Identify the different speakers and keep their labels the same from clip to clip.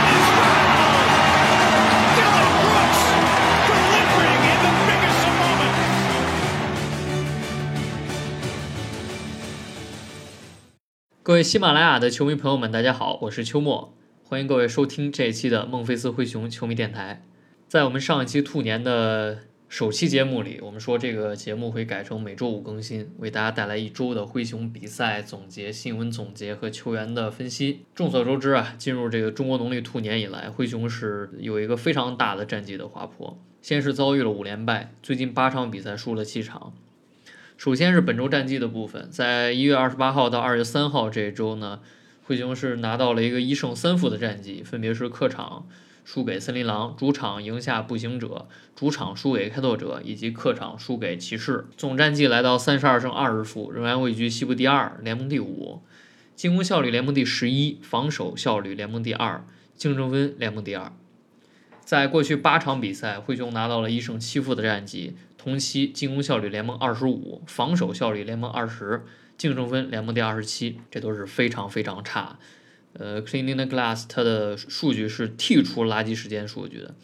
Speaker 1: and is fouled. Dillon Brooks delivering in the biggest of moments.
Speaker 2: Hello，各位喜马拉雅的球迷朋友们，大家好，我是秋末，欢迎各位收听这一期的孟菲斯灰熊球迷电台。在我们上一期兔年的首期节目里，我们说这个节目会改成每周五更新，为大家带来一周的灰熊比赛总结、新闻总结和球员的分析。众所周知啊，进入这个中国农历兔年以来，灰熊是有一个非常大的战绩的滑坡，先是遭遇了五连败，最近八场比赛输了七场，首先是本周战绩的部分，在一月二十八号到二月三号这一周呢，灰熊是拿到了一个一胜三负的战绩，分别是客场输给森林狼，主场赢下步行者，主场输给开拓者，以及客场输给骑士，总战绩来到三十二胜二十负，仍然位居西部第二，联盟第五，进攻效率联盟第十一，防守效率联盟第二，净胜分联盟第二。在过去八场比赛，灰熊拿到了一胜七负的战绩，同期进攻效率联盟二十五，防守效率联盟二十，净胜分联盟第二十七，这都是非常非常差。呃，Cleaning the Glass 它的数据是剔除垃圾时间数据的，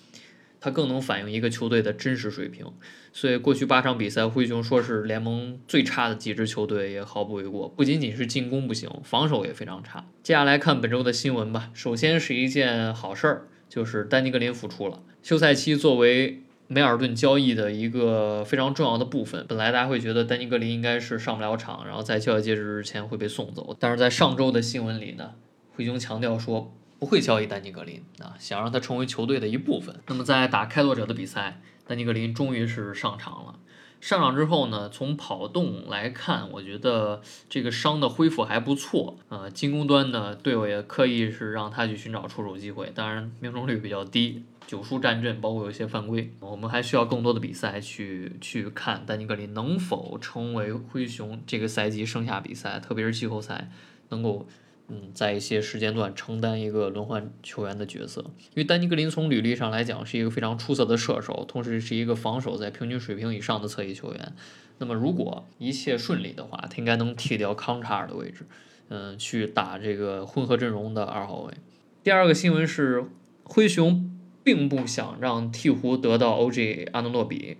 Speaker 2: 它更能反映一个球队的真实水平。所以过去八场比赛，灰熊说是联盟最差的几支球队也毫不为过。不仅仅是进攻不行，防守也非常差。接下来看本周的新闻吧。首先是一件好事儿，就是丹尼格林复出了。休赛期作为梅尔顿交易的一个非常重要的部分，本来大家会觉得丹尼格林应该是上不了场，然后在交易截止日前会被送走。但是在上周的新闻里呢，灰熊强调说不会交易丹尼格林啊，想让他成为球队的一部分。那么在打开拓者的比赛，丹尼格林终于是上场了。上场之后呢，从跑动来看，我觉得这个伤的恢复还不错。呃，进攻端呢，队友也刻意是让他去寻找出手机会，当然命中率比较低，九输战阵，包括有一些犯规。我们还需要更多的比赛去去看丹尼格林能否成为灰熊这个赛季剩下比赛，特别是季后赛能够嗯，在一些时间段承担一个轮换球员的角色，因为丹尼格林从履历上来讲是一个非常出色的射手，同时是一个防守在平均水平以上的侧翼球员。那么如果一切顺利的话，他应该能替掉康查尔的位置，嗯，去打这个混合阵容的二号位。第二个新闻是，灰熊并不想让鹈鹕得到 OG 阿诺诺比，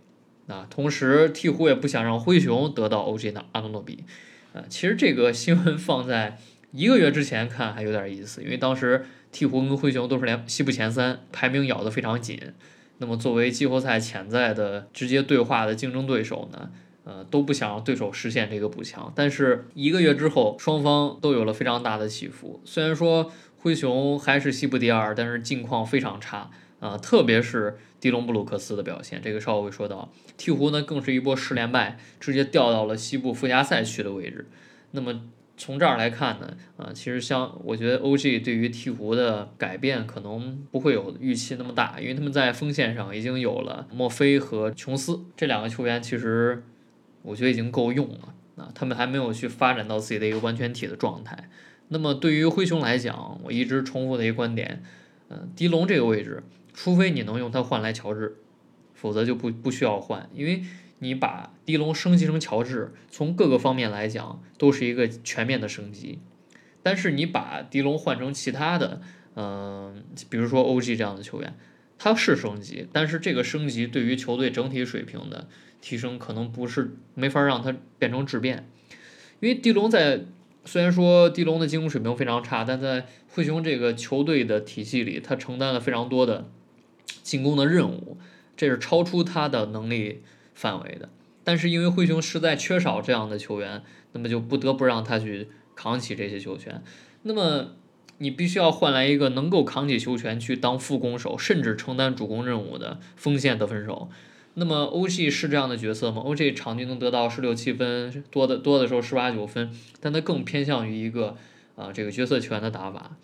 Speaker 2: 啊，同时鹈鹕也不想让灰熊得到 OG 阿诺诺比。呃，其实这个新闻放在一个月之前看还有点意思，因为当时鹈鹕跟灰熊都是联西部前三，排名咬得非常紧。那么作为季后赛潜在的直接对话的竞争对手呢，呃，都不想让对手实现这个补强。但是一个月之后，双方都有了非常大的起伏。虽然说灰熊还是西部第二，但是近况非常差。啊，特别是迪隆布鲁克斯的表现，这个稍后会说到。鹈鹕呢，更是一波十连败，直接掉到了西部附加赛区的位置。那么从这儿来看呢，啊、其实像我觉得 OG 对于鹈鹕的改变可能不会有预期那么大，因为他们在锋线上已经有了墨菲和琼斯这两个球员，其实我觉得已经够用了。啊，他们还没有去发展到自己的一个完全体的状态。那么对于灰熊来讲，我一直重复的一个观点，嗯、迪龙这个位置，除非你能用它换来乔治，否则就不不需要换，因为你把迪龙升级成乔治，从各个方面来讲都是一个全面的升级。但是你把迪龙换成其他的，嗯、比如说 OG 这样的球员，他是升级，但是这个升级对于球队整体水平的提升，可能不是没法让他变成质变。因为迪龙在虽然说迪龙的进攻水平非常差，但在灰熊这个球队的体系里，他承担了非常多的进攻的任务，这是超出他的能力范围的。但是因为灰熊实在缺少这样的球员，那么就不得不让他去扛起这些球权。那么你必须要换来一个能够扛起球权去当副攻手，甚至承担主攻任务的锋线得分手。那么 OG 是这样的角色吗？OG 场均能得到十六七分，多的多的时候十八九分，但他更偏向于一个啊、呃这个角色球员的打法。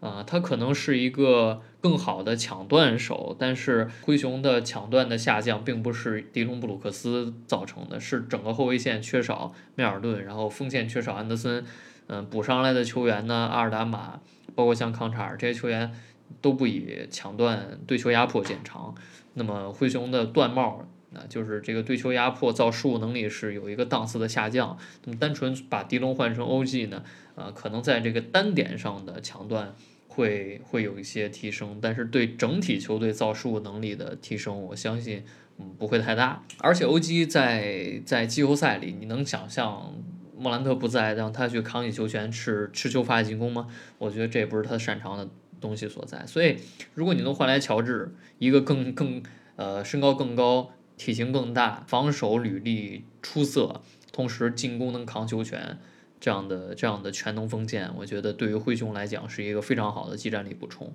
Speaker 2: 啊、他可能是一个更好的抢断手，但是灰熊的抢断的下降并不是迪隆布鲁克斯造成的，是整个后卫线缺少迈尔顿，然后锋线缺少安德森，嗯、补上来的球员呢，阿尔达马，包括像康查尔这些球员都不以抢断对球压迫见长，那么灰熊的断帽。那就是这个对球压迫造失误能力是有一个档次的下降。那么单纯把迪龙换成 OG 呢，呃，可能在这个单点上的抢断会会有一些提升，但是对整体球队造失误能力的提升，我相信嗯不会太大。而且 OG 在在季后赛里，你能想象莫兰特不在，让他去扛起球权吃吃球罚进攻吗？我觉得这也不是他擅长的东西所在。所以，如果你能换来乔治，一个更更呃身高更高、体型更大、防守履历出色，同时进攻能扛球权这样的这样的全能锋线，我觉得对于灰熊来讲是一个非常好的技战力补充。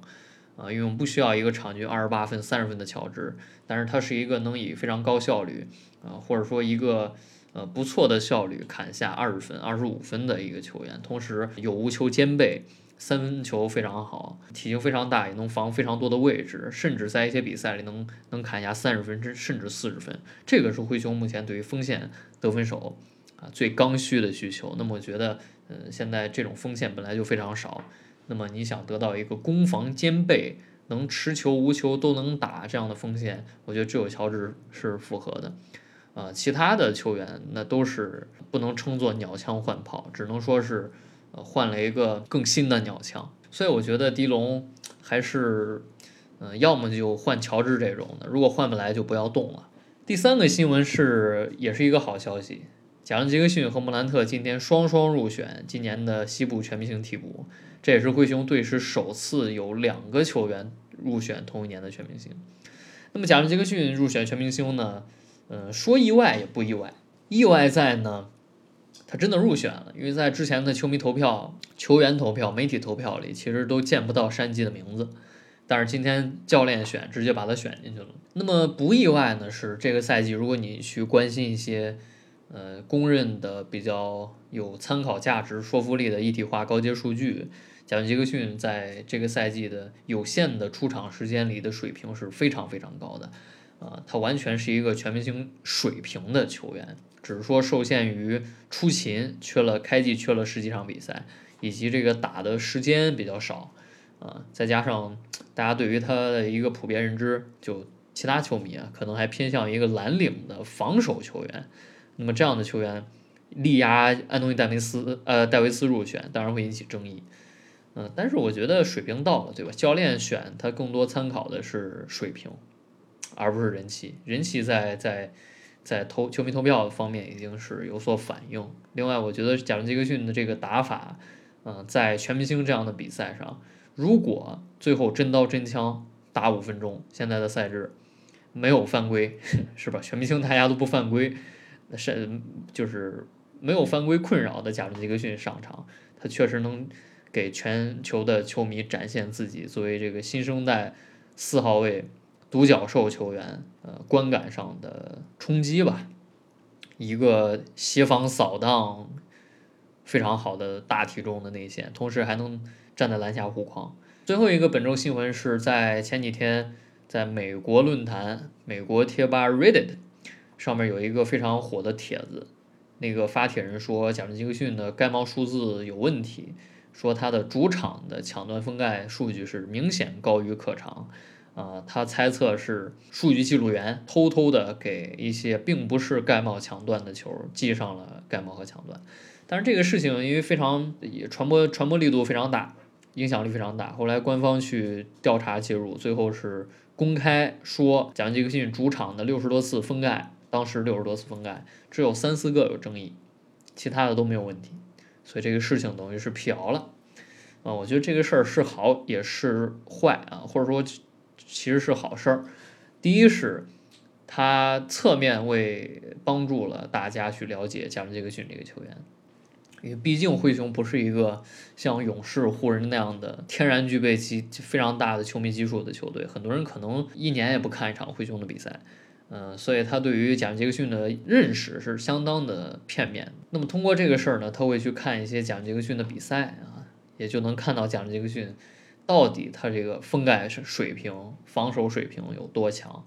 Speaker 2: 啊、因为我们不需要一个场均二十八分、三十分的乔治，但是他是一个能以非常高效率，啊、或者说一个呃不错的效率砍下二十分、二十五分的一个球员，同时有无球兼备，三分球非常好，体型非常大，也能防非常多的位置，甚至在一些比赛里能能砍下三十分甚甚至四十分，这个是灰熊目前对于锋线得分手啊最刚需的需求。那么我觉得，呃，现在这种锋线本来就非常少，那么你想得到一个攻防兼备。能持球无球都能打这样的锋线，我觉得只有乔治是符合的。呃，其他的球员那都是不能称作鸟枪换炮，只能说是呃换了一个更新的鸟枪。所以我觉得迪龙还是，嗯、要么就换乔治这种的，如果换不来就不要动了。第三个新闻是，也是一个好消息，贾伦·杰克逊和莫兰特今天双双入选今年的西部全明星替补，这也是灰熊队史首次有两个球员入选同一年的全明星。那么贾伦·杰克逊入选全明星呢？嗯，说意外也不意外，意外在呢，他真的入选了，因为在之前的球迷投票、球员投票、媒体投票里，其实都见不到山鸡的名字，但是今天教练选直接把他选进去了。那么不意外呢，是这个赛季，如果你去关心一些呃公认的比较有参考价值、说服力的一体化高阶数据。贾伦·杰克逊在这个赛季的有限的出场时间里的水平是非常非常高的，呃，他完全是一个全明星水平的球员，只是说受限于出勤，缺了开季缺了十几场比赛，以及这个打的时间比较少，啊、再加上大家对于他的一个普遍认知，就其他球迷啊，可能还偏向一个蓝领的防守球员，那么这样的球员力压安东尼·戴维斯，呃，戴维斯入选，当然会引起争议。嗯、但是我觉得水平到了，对吧？教练选他更多参考的是水平，而不是人气。人气在在在投球迷投票方面已经是有所反应。另外，我觉得贾伦·杰克逊的这个打法，嗯、在全明星这样的比赛上，如果最后真刀真枪打五分钟，现在的赛制没有犯规， 是吧？全明星大家都不犯规，那是就是没有犯规困扰的贾伦·杰克逊上场，他确实能给全球的球迷展现自己作为这个新生代四号位独角兽球员，呃，观感上的冲击吧。一个协防扫荡非常好的大体重的内线，同时还能站在篮下护框。最后一个本周新闻是在前几天，在美国论坛、美国贴吧 Reddit 上面有一个非常火的帖子，那个发帖人说贾伦·杰克逊的盖帽数字有问题，说他的主场的抢断封盖数据是明显高于客场。啊、他猜测是数据记录员偷偷的给一些并不是盖帽抢断的球记上了盖帽和抢断。但是这个事情因为非常也传播传播力度非常大，影响力非常大。后来官方去调查介入，最后是公开说贾伦杰克逊主场的六十多次封盖，当时六十多次封盖，只有三四个有争议，其他的都没有问题。所以这个事情等于是辟谣了。啊、我觉得这个事儿是好也是坏啊，或者说其其实是好事儿。第一是他侧面为帮助了大家去了解贾伦杰克逊这个球员，因为毕竟灰熊不是一个像勇士、湖人那样的天然具备基非常大的球迷基数的球队，很多人可能一年也不看一场灰熊的比赛。嗯，所以他对于贾伦·杰克逊的认识是相当的片面。那么通过这个事儿呢，他会去看一些贾伦·杰克逊的比赛啊，也就能看到贾伦·杰克逊到底他这个封盖是水平、防守水平有多强。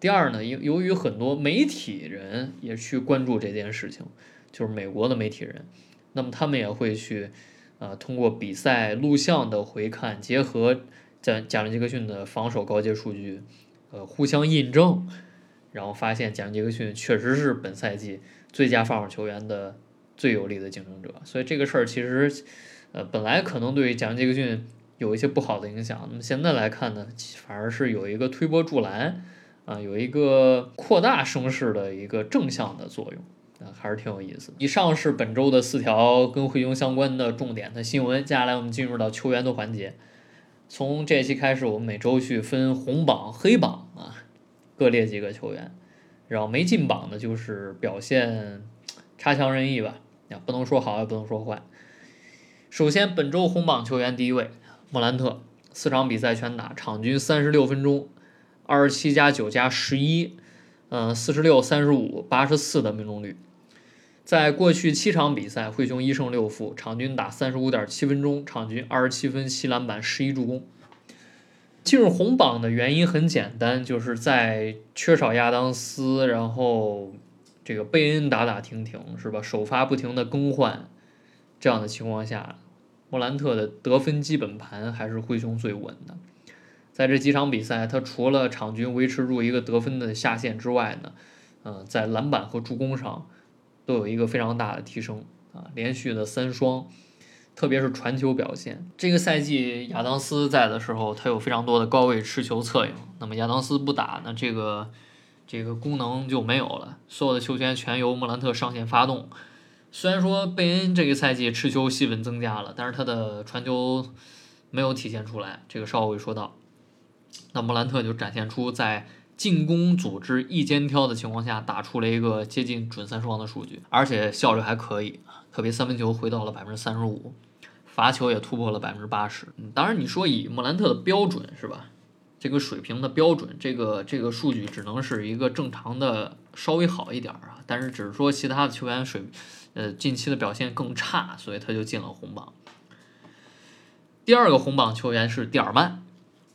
Speaker 2: 第二呢，由由于很多媒体人也去关注这件事情，就是美国的媒体人，那么他们也会去，呃，通过比赛录像的回看，结合贾贾伦杰克逊的防守高阶数据，呃，互相印证，然后发现贾伦杰克逊确实是本赛季最佳防守球员的最有力的竞争者。所以这个事儿其实，呃，本来可能对贾伦杰克逊有一些不好的影响，那么现在来看呢，反而是有一个推波助澜。啊，有一个扩大声势的一个正向的作用，啊，还是挺有意思的。以上是本周的四条跟灰熊相关的重点的新闻，接下来我们进入到球员的环节。从这期开始，我们每周去分红榜、黑榜啊，各列几个球员，然后没进榜的就是表现差强人意吧，啊，不能说好，也不能说坏。首先，本周红榜球员第一位莫兰特，四场比赛全打，场均三十六分钟。二十七加九加十一，嗯，四十六、三十五、八十四的命中率，在过去七场比赛，灰熊一胜六负，场均打三十五点七分钟，场均二十七分、七篮板、十一助攻。进入红榜的原因很简单，就是在缺少亚当斯，然后这个贝恩打打停停是吧？首发不停的更换这样的情况下，莫兰特的得分基本盘还是灰熊最稳的。在这几场比赛，他除了场均维持住一个得分的下限之外呢，嗯、呃，在篮板和助攻上都有一个非常大的提升啊，连续的三双，特别是传球表现。这个赛季亚当斯在的时候，他有非常多的高位持球策应，那么亚当斯不打，那这个这个功能就没有了，所有的球权全由莫兰特上线发动。虽然说贝恩这个赛季持球戏份增加了，但是他的传球没有体现出来，这个稍后会说到。那莫兰特就展现出在进攻组织一肩挑的情况下，打出了一个接近准三双的数据，而且效率还可以，特别三分球回到了百分之三十五，罚球也突破了百分之八十。嗯，当然你说以莫兰特的标准是吧？这个水平的标准，这个这个数据只能是一个正常的，稍微好一点啊。但是只是说其他的球员水，呃，近期的表现更差，所以他就进了红榜。第二个红榜球员是蒂尔曼。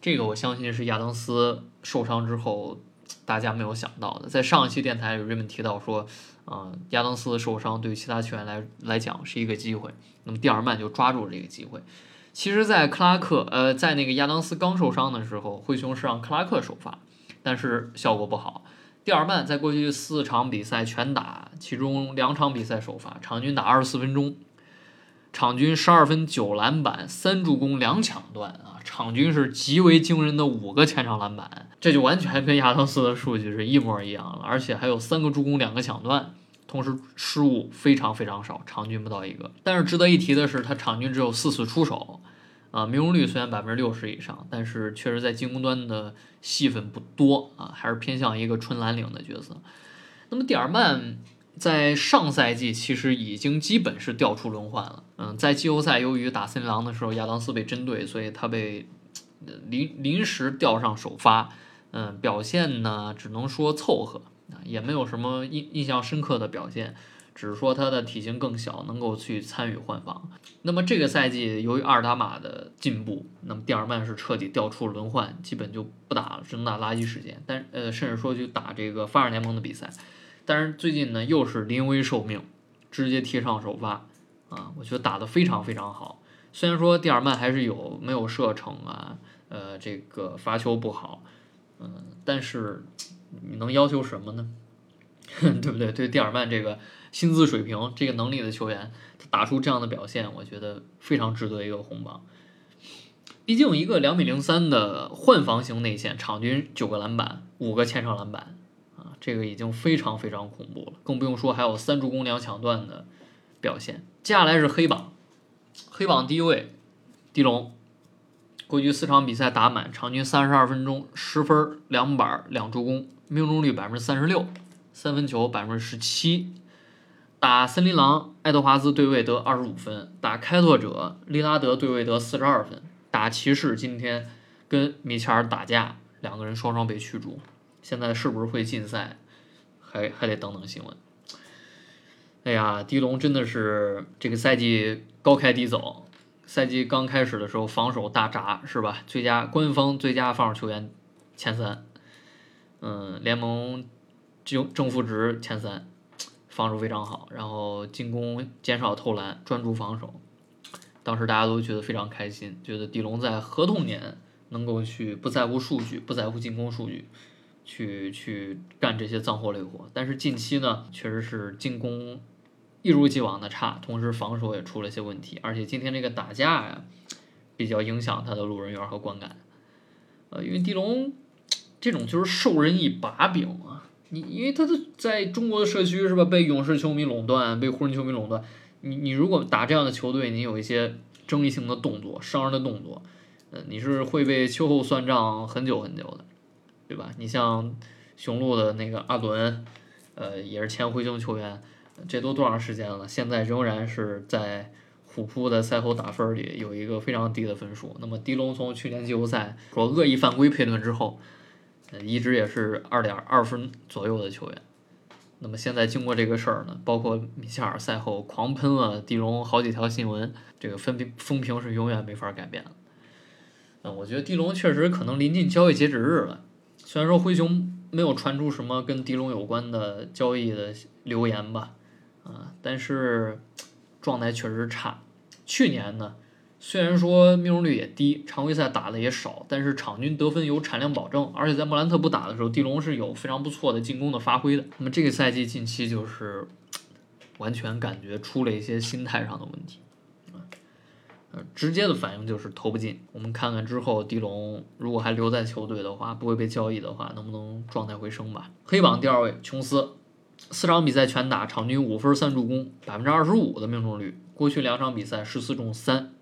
Speaker 2: 这个我相信是亚当斯受伤之后大家没有想到的。在上一期电台有人们提到说，嗯、呃，亚当斯受伤对于其他球员来来讲是一个机会，那么蒂尔曼就抓住了这个机会。其实，在克拉克，呃，在那个亚当斯刚受伤的时候，灰熊是让克拉克首发，但是效果不好。蒂尔曼在过去四场比赛全打，其中两场比赛首发，场均打二十四分钟。场均十二分、九篮板、三助攻、两抢断啊！场均是极为惊人的五个前场篮板，这就完全跟亚当斯的数据是一模一样了。而且还有三个助攻、两个抢断，同时失误非常非常少，场均不到一个。但是值得一提的是，他场均只有四次出手，啊，命中率虽然百分之六十以上，但是确实在进攻端的戏份不多啊，还是偏向一个纯蓝领的角色。那么蒂尔曼。在上赛季，其实已经基本是调出轮换了。嗯，在季后赛，由于打森林狼的时候，亚当斯被针对，所以他被临临时调上首发。嗯，表现呢，只能说凑合啊，也没有什么印印象深刻的表现，只是说他的体型更小，能够去参与换防。那么这个赛季，由于阿尔达马的进步，那么蒂尔曼是彻底调出轮换，基本就不打了，只能打垃圾时间，但呃，甚至说去打这个发展联盟的比赛。但是最近呢，又是临危受命，直接踢上首发，啊，我觉得打得非常非常好。虽然说蒂尔曼还是有没有射程啊，呃，这个罚球不好，嗯、呃，但是你能要求什么呢？ 对不对？对蒂尔曼这个薪资水平、这个能力的球员，他打出这样的表现，我觉得非常值得一个红榜。毕竟一个两米零三的换防型内线，场均九个篮板，五个前场篮板。这个已经非常非常恐怖了，更不用说还有三助攻两抢断的表现。接下来是黑榜，黑榜第一位，迪龙，过去四场比赛打满，场均三十二分钟，十分两板两助攻，命中率百分之三十六，三分球百分之十七。打森林狼，爱德华兹对位得二十五分；打开拓者，利拉德对位得四十二分；打骑士，今天跟米切尔打架，两个人双双被驱逐。现在是不是会禁赛，还还得等等新闻。哎呀，迪龙真的是这个赛季高开低走，赛季刚开始的时候防守大闸是吧？最佳官方最佳防守球员前三，嗯，联盟正正负值前三，防守非常好，然后进攻减少投篮，专注防守。当时大家都觉得非常开心，觉得迪龙在合同年能够去不在乎数据，不在乎进攻数据，去去干这些脏活累活。但是近期呢，确实是进攻一如既往的差，同时防守也出了些问题，而且今天这个打架呀，比较影响他的路人缘和观感。呃，因为迪龙这种就是授人以把柄啊，你因为他的在中国的社区是吧，被勇士球迷垄断，被湖人球迷垄断。你你如果打这样的球队，你有一些争议性的动作、伤人的动作，呃，你是会被秋后算账很久很久的，对吧？你像雄鹿的那个阿伦，呃，也是前灰熊球员，这都多长时间了？现在仍然是在虎扑的赛后打分里有一个非常低的分数。那么迪龙从去年季后赛说恶意犯规配盾之后，呃，一直也是二点二分左右的球员。那么现在经过这个事儿呢，包括米切尔赛后狂喷了迪龙好几条新闻，这个分评风评是永远没法改变的。嗯，我觉得迪龙确实可能临近交易截止日了。虽然说灰熊没有传出什么跟迪龙有关的交易的流言吧，啊，但是状态确实差。去年呢，虽然说命中率也低，常规赛打的也少，但是场均得分有产量保证，而且在莫兰特不打的时候，地龙是有非常不错的进攻的发挥的。那么这个赛季近期就是完全感觉出了一些心态上的问题，啊呃，直接的反应就是投不进。我们看看之后，地龙如果还留在球队的话，不会被交易的话，能不能状态回升吧？黑榜第二位，琼斯，四场比赛全打，场均五分三助攻，百分之二十五的命中率，过去两场比赛十四中三。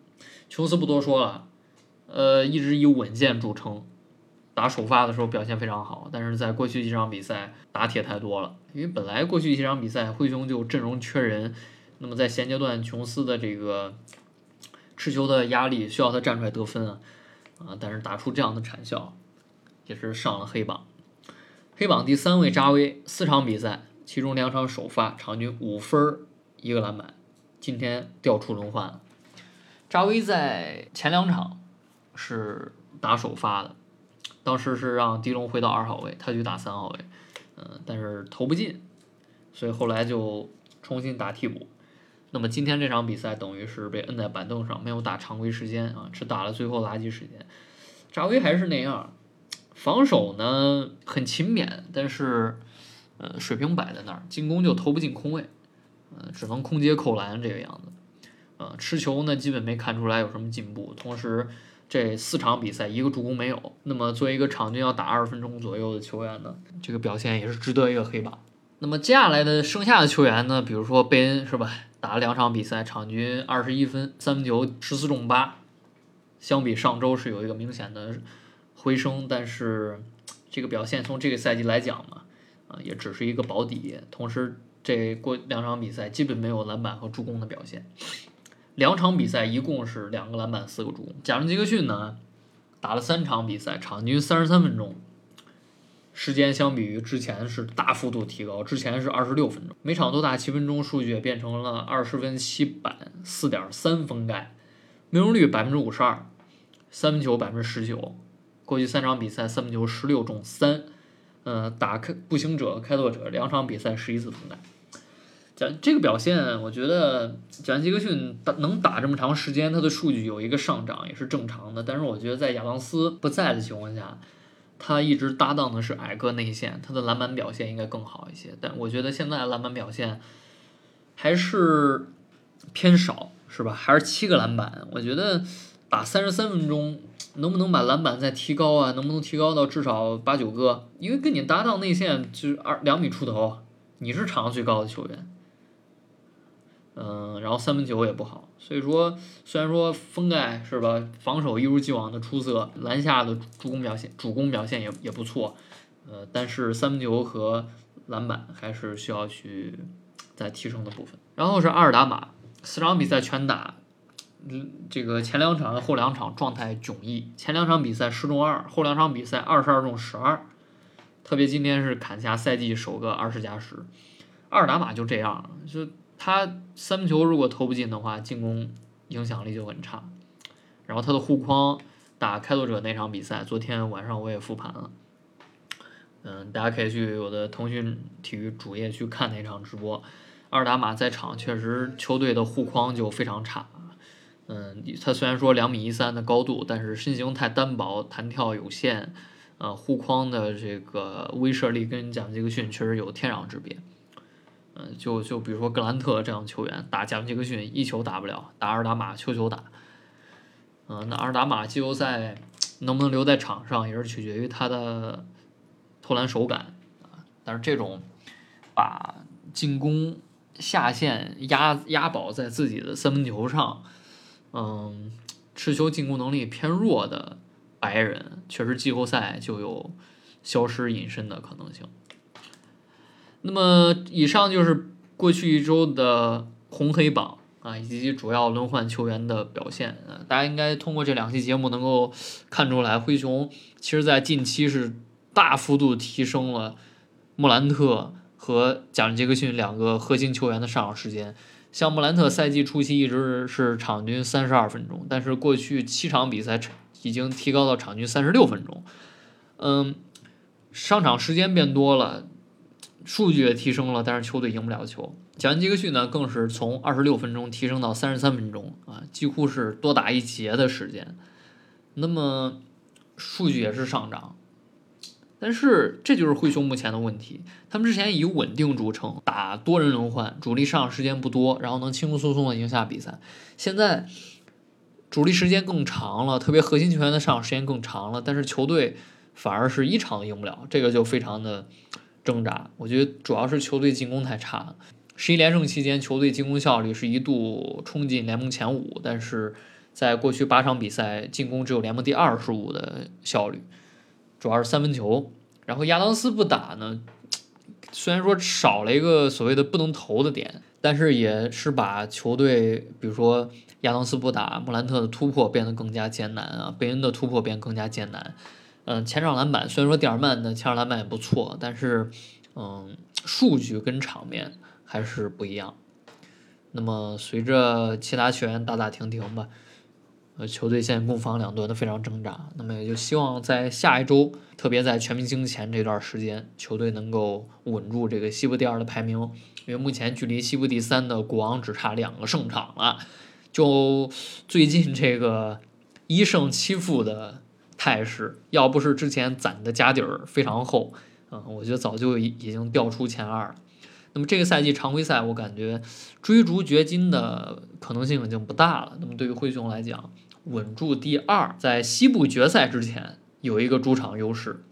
Speaker 2: 琼斯不多说了，呃，一直以稳健著称，打首发的时候表现非常好，但是在过去几场比赛打铁太多了，因为本来过去几场比赛灰熊就阵容缺人，那么在现阶段琼斯的这个持球的压力需要他站出来得分啊，啊，但是打出这样的产效，也是上了黑榜。黑榜第三位扎威，四场比赛，其中两场首发，场均五分儿一个篮板，今天调出轮换了。扎威在前两场是打首发的，当时是让迪龙回到二号位，他去打三号位，嗯、但是投不进，所以后来就重新打替补。那么今天这场比赛等于是被摁在板凳上，没有打常规时间啊，只打了最后垃圾时间。扎威还是那样，防守呢很勤勉，但是呃水平摆在那儿，进攻就投不进空位，呃只能空接扣篮这个样子。呃，持球呢基本没看出来有什么进步，同时这四场比赛一个助攻没有。那么作为一个场均要打二十分钟左右的球员呢，这个表现也是值得一个黑榜。那么接下来的剩下的球员呢，比如说贝恩是吧，打了两场比赛，场均二十一分、三分球、十四中八，相比上周是有一个明显的回升，但是这个表现从这个赛季来讲嘛，啊、也只是一个保底。同时这过两场比赛基本没有篮板和助攻的表现。两场比赛一共是两个篮板，四个助攻。贾伦·杰克逊呢，打了三场比赛，场均三十三分钟，时间相比于之前是大幅度提高，之前是二十六分钟，每场都打七分钟，数据也变成了二十分七板，四点三封盖，命中率百分之五十二，三分球百分之十九，过去三场比赛三分球十六中三，呃，打开步行者、开拓者两场比赛十一次封盖。讲这个表现，我觉得贾伦杰克逊打能打这么长时间，他的数据有一个上涨也是正常的。但是我觉得在亚当斯不在的情况下，他一直搭档的是矮个内线，他的篮板表现应该更好一些。但我觉得现在篮板表现还是偏少，是吧？还是七个篮板，我觉得打三十三分钟，能不能把篮板再提高啊？能不能提高到至少八九个？因为跟你搭档内线就是二两米出头，你是场上最高的球员。嗯，然后三分球也不好，所以说虽然说封盖是吧，防守一如既往的出色，篮下的助攻表现、主攻表现也也不错，呃，但是三分球和篮板还是需要去再提升的部分。然后是阿尔达马，四场比赛全打，嗯，这个前两场和后两场状态迥异，前两场比赛十中二，后两场比赛二十二中十二，特别今天是砍下赛季首个二十加十，阿尔达马就这样，就他三分球如果投不进的话，进攻影响力就很差。然后他的护框打开拓者那场比赛，昨天晚上我也复盘了。嗯，大家可以去我的腾讯体育主页去看那场直播。二达马在场确实球队的护框就非常差。嗯，他虽然说两米一三的高度，但是身形太单薄，弹跳有限，呃，护框的这个威慑力跟贾杰克逊确实有天壤之别。嗯、呃，就就比如说格兰特这样球员打贾杰克逊一球打不了，打二达马球球打。嗯、呃，那二达马季后赛能不能留在场上，也是取决于他的投篮手感啊。但是这种把进攻下限压压宝在自己的三分球上。嗯，持球进攻能力偏弱的白人，确实季后赛就有消失隐身的可能性。那么，以上就是过去一周的红黑榜啊，以及主要轮换球员的表现。啊、大家应该通过这两期节目能够看出来，灰熊其实在近期是大幅度提升了莫兰特和贾伦·杰克逊两个核心球员的上场时间。像莫兰特赛季初期一直是场均三十二分钟，但是过去七场比赛已经提高到场均三十六分钟。嗯，上场时间变多了，数据也提升了，但是球队赢不了球。贾文杰克逊呢，更是从二十六分钟提升到三十三分钟啊，几乎是多打一节的时间。那么数据也是上涨。但是这就是灰熊目前的问题，他们之前以稳定著称，打多人轮换，主力上场时间不多，然后能轻轻松松的赢下比赛。现在主力时间更长了，特别核心球员的上场时间更长了，但是球队反而是一场赢不了，这个就非常的挣扎。我觉得主要是球队进攻太差了。十一连胜期间，球队进攻效率是一度冲进联盟前五，但是在过去八场比赛，进攻只有联盟第二十五的效率。主要是三分球，然后亚当斯不打呢， 虽然说少了一个所谓的不能投的点，但是也是把球队，比如说亚当斯不打，莫兰特的突破变得更加艰难啊，贝恩的突破变得更加艰难。嗯、呃，前场篮板虽然说蒂尔曼的前场篮板也不错，但是嗯，数据跟场面还是不一样。那么随着其他球员打打停停吧。呃，球队现在攻防两端都非常挣扎，那么也就希望在下一周，特别在全明星前这段时间，球队能够稳住这个西部第二的排名，因为目前距离西部第三的国王只差两个胜场了。就最近这个一胜七负的态势，要不是之前攒的家底儿非常厚，嗯，我觉得早就已已经掉出前二了。那么这个赛季常规赛，我感觉追逐掘金的可能性已经不大了。那么对于灰熊来讲，稳住第二，在西部决赛之前有一个主场优势，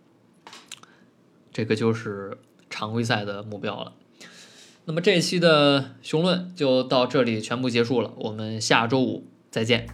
Speaker 2: 这个就是常规赛的目标了。那么这一期的评论就到这里全部结束了，我们下周五再见。